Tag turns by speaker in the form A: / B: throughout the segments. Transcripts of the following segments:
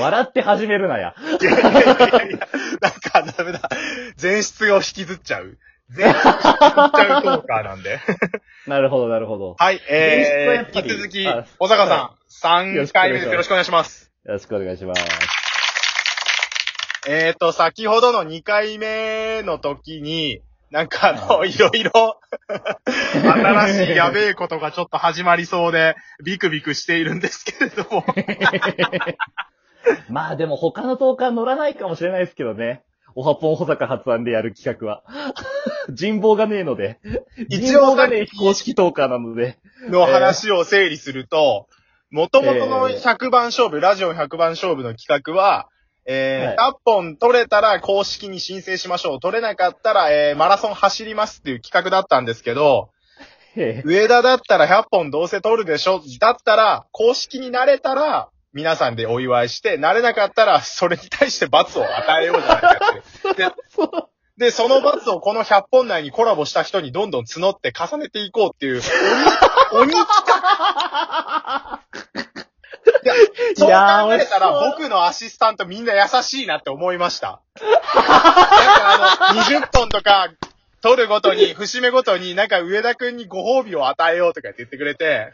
A: 笑って始めるなや。
B: いやいやいやいや、なんかダメだ。全室を引きずっちゃう。全室を引きずっちゃうトーカーなんで。
A: なるほど、なるほど。
B: はい、
A: 前室はや
B: え
A: っ
B: ー、
A: ぱ
B: 引
A: り
B: き続き
A: あ、
B: 小坂さん、
A: よろ
B: 3
A: しくお願いします
B: 回目です。よろしくお願いします。
A: よろしくお願いします。
B: えーと、先ほどの2回目の時に、なんかあの、
A: はい
B: ろいろ、新しいやべえことがちょっと始まりそうで、ビクビクしているんですけれども。
A: まあでも他のトーカー乗らないかもしれないですけどね。おはぽん保坂発案でやる企画は。 人望がねえので。
B: 一
A: 一
B: 応
A: 応がねえ非公式トーカーなので。
B: の話を整理すると、元々の
A: えー
B: 100番勝負、ラジオ100番勝負の企画は、えー100本取れたら公式に申請しましょう。取れなかったら、えーマラソン走りますっていう企画だったんですけど、
A: え
B: 上田だったら100本どうせ取るでしょだったら、公式になれたら、皆さんでお祝いして、なれなかったら、それに対して罰を与えようじゃないかっていう。で、で、 その罰をこの100本内にコラボした人にどんどん募って重ねていこうっていう、鬼、鬼企画。いや、そ
A: い
B: う考えた
A: やー美味しそ
B: ら
A: う
B: 僕のアシスタントみんな優しいなって思いました。 なんかあの、20本とか取るごとに、節目ごとに、なんか上田くんにご褒美を与えようとかって言ってくれて、
A: え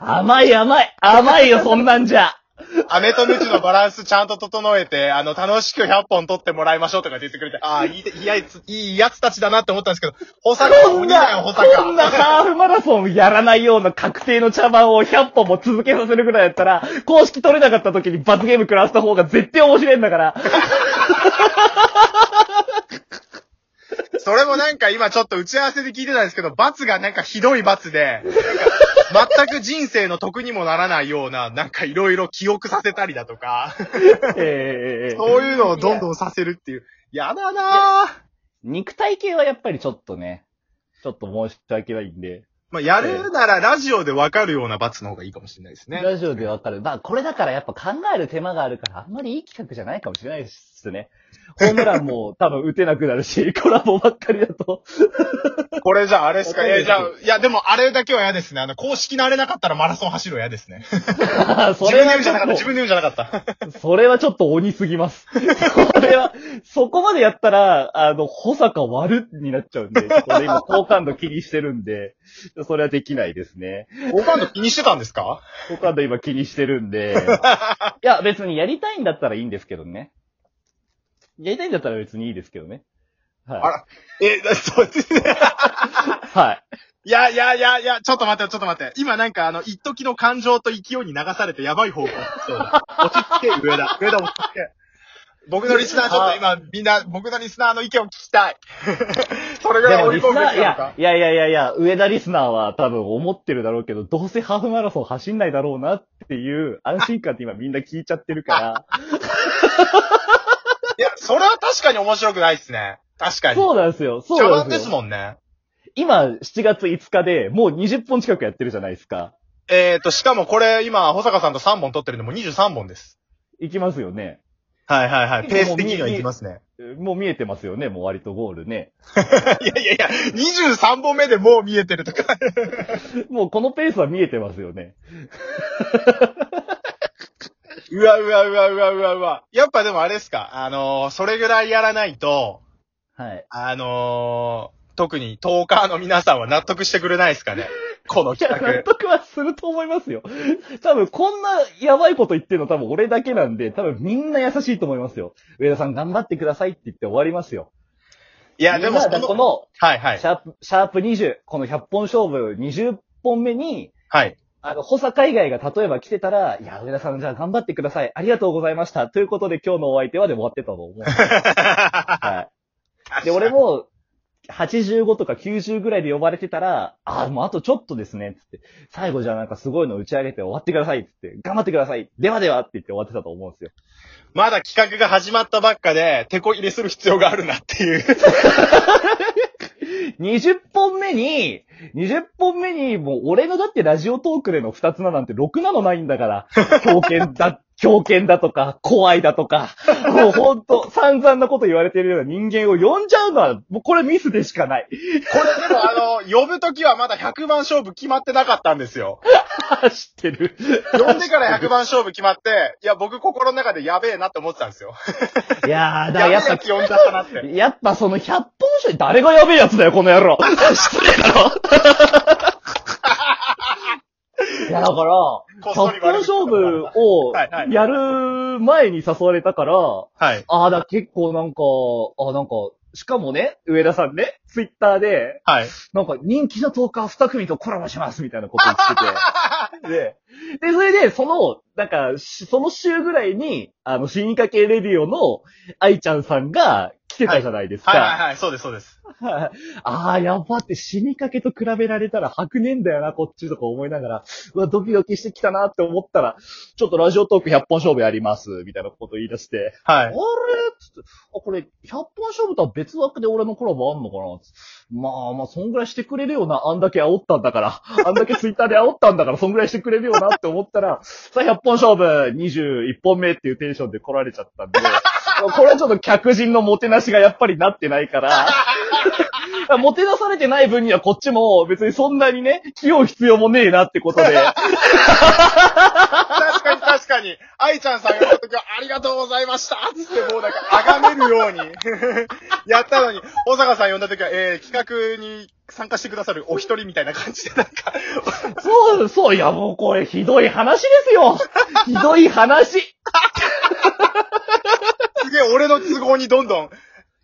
A: 甘い甘い甘いよ、そんなんじゃ
B: 飴とムチのバランスちゃんと整えて、あの、楽しく100本取ってもらいましょうとかって言ってくれて、ああ、いいて、いいやつ、いいやつたちだなって思ったんですけど、保坂は
A: こん
B: 鬼だ
A: な、
B: よ、保
A: こんな
B: 坂。
A: ハーフマラソンやらないような確定の茶番を100本も続けさせるぐらいだったら、公式取れなかった時に罰ゲーム食らわせた方が絶対面白いんだから。
B: それもなんか今ちょっと打ち合わせで聞いてたんですけど、罰がなんかひどい罰で、なんか全く人生の得にもならないような、なんかいろいろ記憶させたりだとか、
A: ええ
B: そういうのをどんどんさせるっていう。やだなぁ。
A: 肉体系はやっぱりちょっとね、ちょっと申し訳ないんで。
B: まあ、やるならラジオでわかるような罰の方がいいかもしれないですね。
A: ラジオでわかる。まあ、これだからやっぱ考える手間があるから、あんまりいい企画じゃないかもしれないです ね。ホームランも多分打てなくなるし、 コラボばっかりだ と。
B: これじゃああれですか
A: わか
B: え
A: る
B: ーじゃあ、いやでもあれだけは嫌ですね。あの、公式なれなかったらマラソン走るは嫌ですね。
A: そ
B: 自
A: れ
B: 分で言
A: は
B: うん
A: ち
B: じ
A: ょ
B: ゃなかった。自
A: っ
B: 分で言うんじゃなかった。
A: と、それはちょっと鬼すぎます。 それは、そこまでやったら、あの、保坂悪になっちゃうんで、これ今好感度気にしてるんで、それはできないですね。
B: 好感度気にしてたんですか
A: 好感度今気にしてるん で。いや、別にやりたいんだったらいいんですけどね。やりたいんだったら別にいいですけどね。
B: あ
A: は
B: ら、え、だそう、
A: い。はい。
B: いやいやいやいや、ちょっと待って、ちょっと待って。今なんかあの、一時の感情と勢いに流されてやばい方向に行きそうだ。落ち着け、上 田。上田落ち着け。僕のリスナーちょっと今、みんな、僕のリスナーの意見を聞きたい。 それぐ
A: で
B: らい
A: も
B: 追い
A: リ
B: 込
A: ス
B: むべ
A: ナー、
B: き
A: い
B: なのか
A: や、。いやいやいやいや、上田リスナーは多分思ってるだろうけど、どうせハーフマラソン走んないだろうなっていう安心感って今みんな聞いちゃってるか。
B: いや、それは確かに面白くないっすね。確からに。
A: そうなんですよ。そ
B: 茶
A: うな
B: 番
A: ん
B: で
A: ですすよ。
B: もんね。
A: 今、7月5日で、もう20本近くやってるじゃないですか。
B: えーと、しかもこれ、今、保坂さんと3本撮ってるんで、もう23本です。
A: いきますよね。
B: はいはいはいペース的にはいきますね。
A: もう見えてますよね、もう割とゴールね。
B: いやいやいや、23本目でもう見えてるとか。
A: もうこのペースは見えてますよね。
B: うわうわうわうわうわうわ。やっぱでもあれですか、あのーそれぐらいやらないと、
A: はい。
B: あのー特にトーカーの皆さんは納得してくれないですかね。この
A: いや、
B: 企
A: 納
B: 画。
A: 得はすると思いますよ。多分、こんなやばいこと言ってるの多分俺だけなんで、多分みんな優しいと思いますよ。上田さん頑張ってくださいって言って終わりますよ。
B: いや、でも
A: み
B: そ
A: んなこ
B: の、
A: の、
B: はいはい
A: シ。ャープ、シャープ20、この100本勝負20本目に、
B: はい。
A: あの、保坂以外が例えば来てたら、いや、上田さんじゃあ頑張ってください。ありがとうございました。ということで今日のお相手はで終わってたと思う。 はい。で、俺も、85とか90ぐらいで呼ばれてたら、ああ、もうあとちょっとですね、つって。最後じゃあなんかすごいの打ち上げて終わってください、つって。頑張ってください。ではではって言って終わってたと思うんですよ。
B: まだ企画が始まったばっかで、手こ入れする必要があるなっていう。
A: 20本目に、20本目に、もう俺のだってラジオトークでの2つななんてろくなのないんだから、狂犬だ、 狂犬だとか、怖いだとか、もうほんと、散々なこと言われてるような人間を呼んじゃうのは、もうこれミスでしかない。
B: れでもあの、呼ぶときはまだ100番勝負決まってなかったんですよ。
A: 知ってる。
B: 呼んでから100番勝負決まって、いや、僕心の中でやべえなって思ってたんですよ。
A: いやー、だから
B: やべえ
A: やっ
B: や
A: ぱ
B: つ呼んじゃったなって。
A: やっぱその100本以上誰がやべえやつだよ、この野郎。失礼だろ。 いや、だから、
B: こっ
A: 100
B: そり
A: 本
B: 悪口
A: 勝負を
B: はいはい
A: やる前に誘われたから、
B: はい。
A: ああ、だ、結構なんか、ああ、なんか、しかもね、上田さんね、ツイッターで、
B: はい。
A: なんか人気のトーカー2組とコラボしますみたいなこと言 ってて。で、で、それで、その、なんか、しその週ぐらいに、あの、死にかけレディオの愛ちゃんさんが来てたじゃないですか。
B: はいはいはい、そうですそうです。
A: はい ああ、やばって死にかけと比べられたら白年だよな、こっちとか思いながら、うわ、ドキドキしてきたなって思ったら、ちょっとラジオトーク100本勝負やります、みたいなこと言い出して、
B: は
A: あれ
B: い。
A: つって、あ、これ、100本勝負とは別枠で俺のコラボあんのかなつってまあまあ、そんぐらいしてくれるよな、あんだけ煽ったんだから、あんだけツイッターで煽ったんだから、そんぐらいしてくれるよなって思ったら、さあ100本勝負21本目っていうテンションで来られちゃったんで、 これはちょっと客人のもてなしがやっぱりなってないから、 もてなされてない分にはこっちも別にそんなにね、気負う必要もねえなってことで、
B: 確かに確かに、愛ちゃんさんが来た時はありがとうございましたつってもうなんか崇めるように やったのに、小坂さん呼んだ時は、えー、企画に参加してくださるお一人みたいな感じでなんか、
A: そう、そう、いやもうこれひどい話ですよ。ひどい話。
B: すげえ俺の都合にどんどん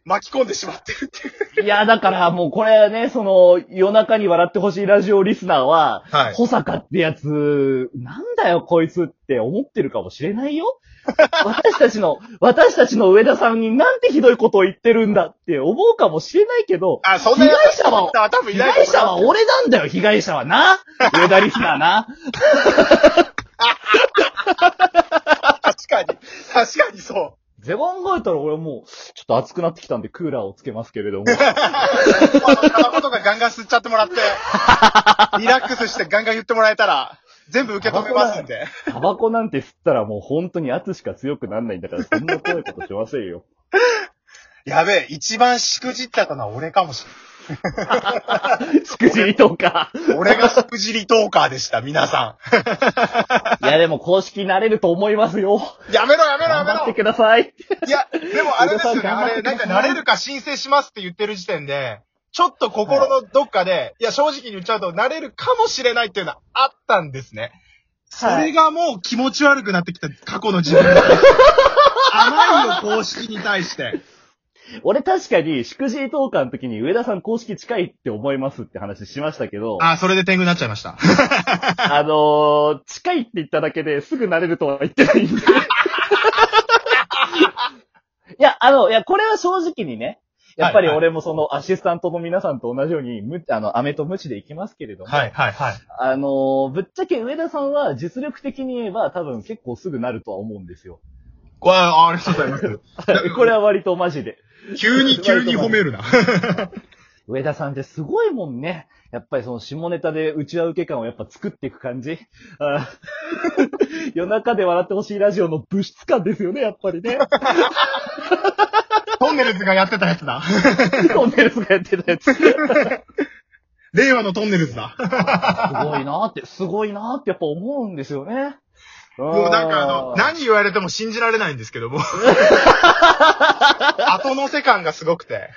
B: 巻き込んでしまってるっていう。
A: いや、だからもうこれね、その、夜中に笑ってほしいラジオリスナーは、
B: は。
A: 保坂ってやつ、なんだよこいつって思ってるかもしれないよ。私たちの、 私たちの上田さんになんてひどいことを言ってるんだって思うかもしれないけど、
B: あ、そんなやつ
A: 被害者は
B: 多分い
A: 被
B: ない
A: 害者は俺なんだよ、被害者はな。上田リスナーな。
B: 確かに。確かにそう。
A: ゼバン考えたら俺もう、ちょっと暑くなってきたんでクーラーをつけますけれども。
B: タバコとかガンガン吸っちゃってもらって、リラックスしてガンガン言ってもらえたら、全部受け止めますんで。
A: タバコなんて吸ったらもう本当に圧しか強くなんないんだから、そんな怖いことしませんよ。
B: やべえ、一番しくじってたのは俺かもし
A: しくじりとか。
B: れない。俺がしくじりトーカーで した、皆さ
A: いやでも公式になれると思いますよ。
B: ん。やめろ、やめろ、や
A: 頑
B: め
A: 張って
B: ろ。
A: ください。
B: いや、でもあれですよね、あれ、なんか
A: 頑張
B: 慣
A: って
B: れるか申請しますって言ってる時点で、ちょっと心のどっかで、いや、正直に言っちゃうと、慣れるかもしれないっていうのはあったんですね。そ
A: は
B: れ
A: い
B: がもう気持ち悪くなってきた、過去の 自分が。甘いよ、公式に対して。
A: 俺確かに、しくじりトーカーの時に上田さん公式近いって思いますって話しましたけど、あ
B: あ、それで天狗になっちゃいました。
A: のー、近いって言っただけですぐ慣れるとは言って ないんで。いや、あの、いや、これは正直にね、やっぱり俺もそのアシスタントの皆さんと同じように、むあの、飴とムチでいきますけれども、
B: はい、はい、はい。
A: あのーぶっちゃけ上田さんは実力的に言えば多分結構すぐなるとは思うんですよ。
B: わあ、ありがとうございます。
A: これは割とマジで。
B: 急に、急に褒めるな。
A: 上田さんってすごいもんね。やっぱりその下ネタで内輪受け感をやっぱ作っていく感じ。あー 夜中で笑ってほしいラジオの物質感ですよね、やっぱり ね。
B: トンネルズがやってたやつだ。
A: トンネルズがやってたやつ。す
B: 令和のトンネルズだ。
A: ごいなーって、すごいなーってやっぱ思うんですよね。
B: も
A: も
B: うなんかあの、何言われても信じられないんですけども。後乗せ感がすごくて。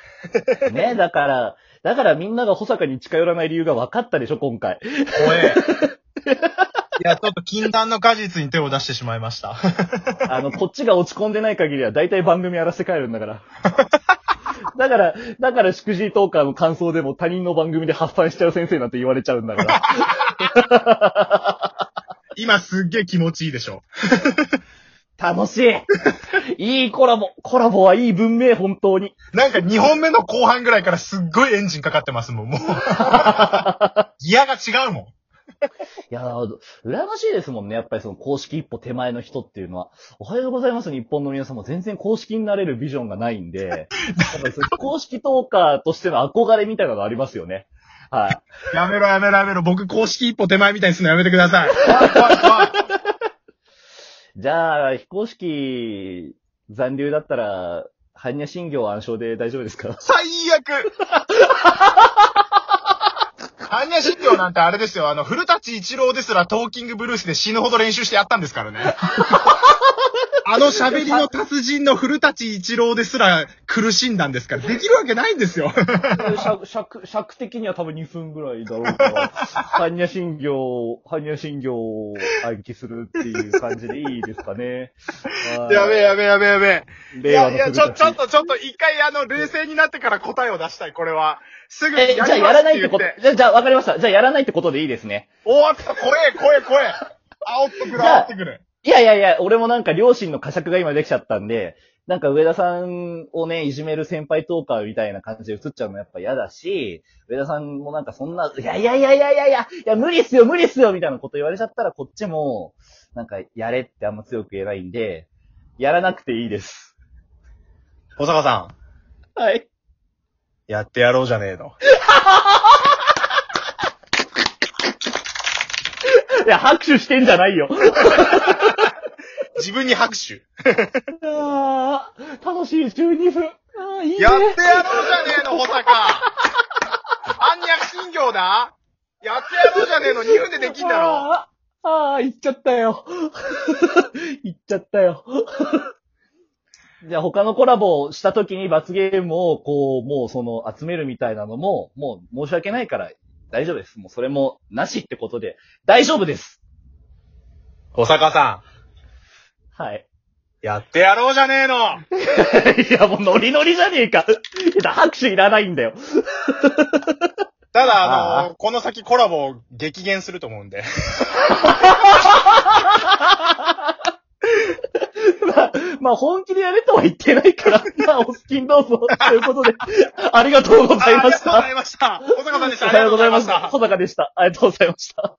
A: ね、だから、だからみんなが保坂に近寄らない理由が分かったでしょ、今回。
B: 怖え。いや、ちょっと禁断の果実に手を出してしまいました。
A: あの、こっちが落ち込んでない限りは大体番組やらせて帰るんだから。 だから、だからしくじりトーカーの感想でも他人の番組で発散しちゃう先生なんて言われちゃうんだから。
B: 今すっげえ気持ちいいでしょ。
A: 楽しいいいコラボコラボはいい文明、本当に。
B: なんか2本目の後半ぐらいからすっごいエンジンかかってますもん、もう。ギアが違うもん。
A: いやー、羨ましいですもんね。やっぱりその公式一歩手前の人っていうのは。おはようございます、日本の皆さんも全然公式になれるビジョンがないんで、やっぱりそういう公式トーカーとしての憧れみたいなのがありますよね。はい。
B: やめろやめろやめろ。僕公式一歩手前みたいにするのやめてください。怖い怖い怖い。
A: じゃあ、非公式残留だったら、般若心経暗唱で大丈夫ですか
B: 最悪般若心経なんてあれですよ、あの、古舘一郎ですらトーキングブルースで死ぬほど練習してやったんです からね。あの喋りの達人の古舘一郎ですら苦しんだんですから、できるわけないんですよ。
A: 尺、尺、尺的には多分2分ぐらいだろう から、般若心経、般若心経を暗記するっていう感じでいいですか ね。はい
B: やべえやべえやべえやべえ。い
A: 令
B: や
A: 和
B: い
A: の
B: や、
A: 古
B: ちょ、ちょっ
A: 舘。
B: と、ちょっと、一回、あの、冷静になってから答えを出したい、これは。すぐ
A: え、じゃあやらないってこと
B: やります、
A: じゃあ、じゃあわかりました。じゃあやらないってことでいいですね。
B: 言っておーっと、怖え、怖え、怖え。煽ってくる、
A: じゃあ
B: 煽ってくる。
A: いやいやいや、俺もなんか両親の呵責が今できちゃったんで、なんか上田さんをね、いじめる先輩トーカーみたいな感じで映っちゃうのやっぱ嫌だし、上田さんもなんかそんな、いやいやいやいやいやいや、いや無理っすよ無理っすよみたいなこと言われちゃったらこっちも、なんかやれってあんま強く言えないんで、やらなくていいです。
B: 小坂さん、
A: はい。
B: やってやろうじゃねえの。
A: いや、拍手してんじゃないよ。
B: 自分に拍手。
A: あー楽しい12分。あーいいね。
B: やってやろうじゃねえの、 小坂。暗躍信行だやってやろうじゃねえの、2分でできんだろ。
A: あーあー、行っちゃったよ。 行っちゃったよ。じゃあ他のコラボをした時に罰ゲームをこう、もうその集めるみたいなのも、もう申し訳ないから大丈夫です。もうそれもなしってことで、大丈夫です。
B: 小坂さ
A: はい。
B: ん、やってやろうじゃねえの。
A: いや、もうノリノリじゃねえか。いや拍手いらないんだよ。
B: ただ、あ
A: あ
B: の、この先コラボ激減すると思うんで。
A: まあ、まあ本気でやれとは言ってないから、まあお好きにどうぞ。ということで、ありがとうございまし
B: ああ
A: た
B: りがとうござ。いました。小坂さんでした。
A: おはようございまし
B: ありがとうございました
A: た。小坂でした。ありがとうございました。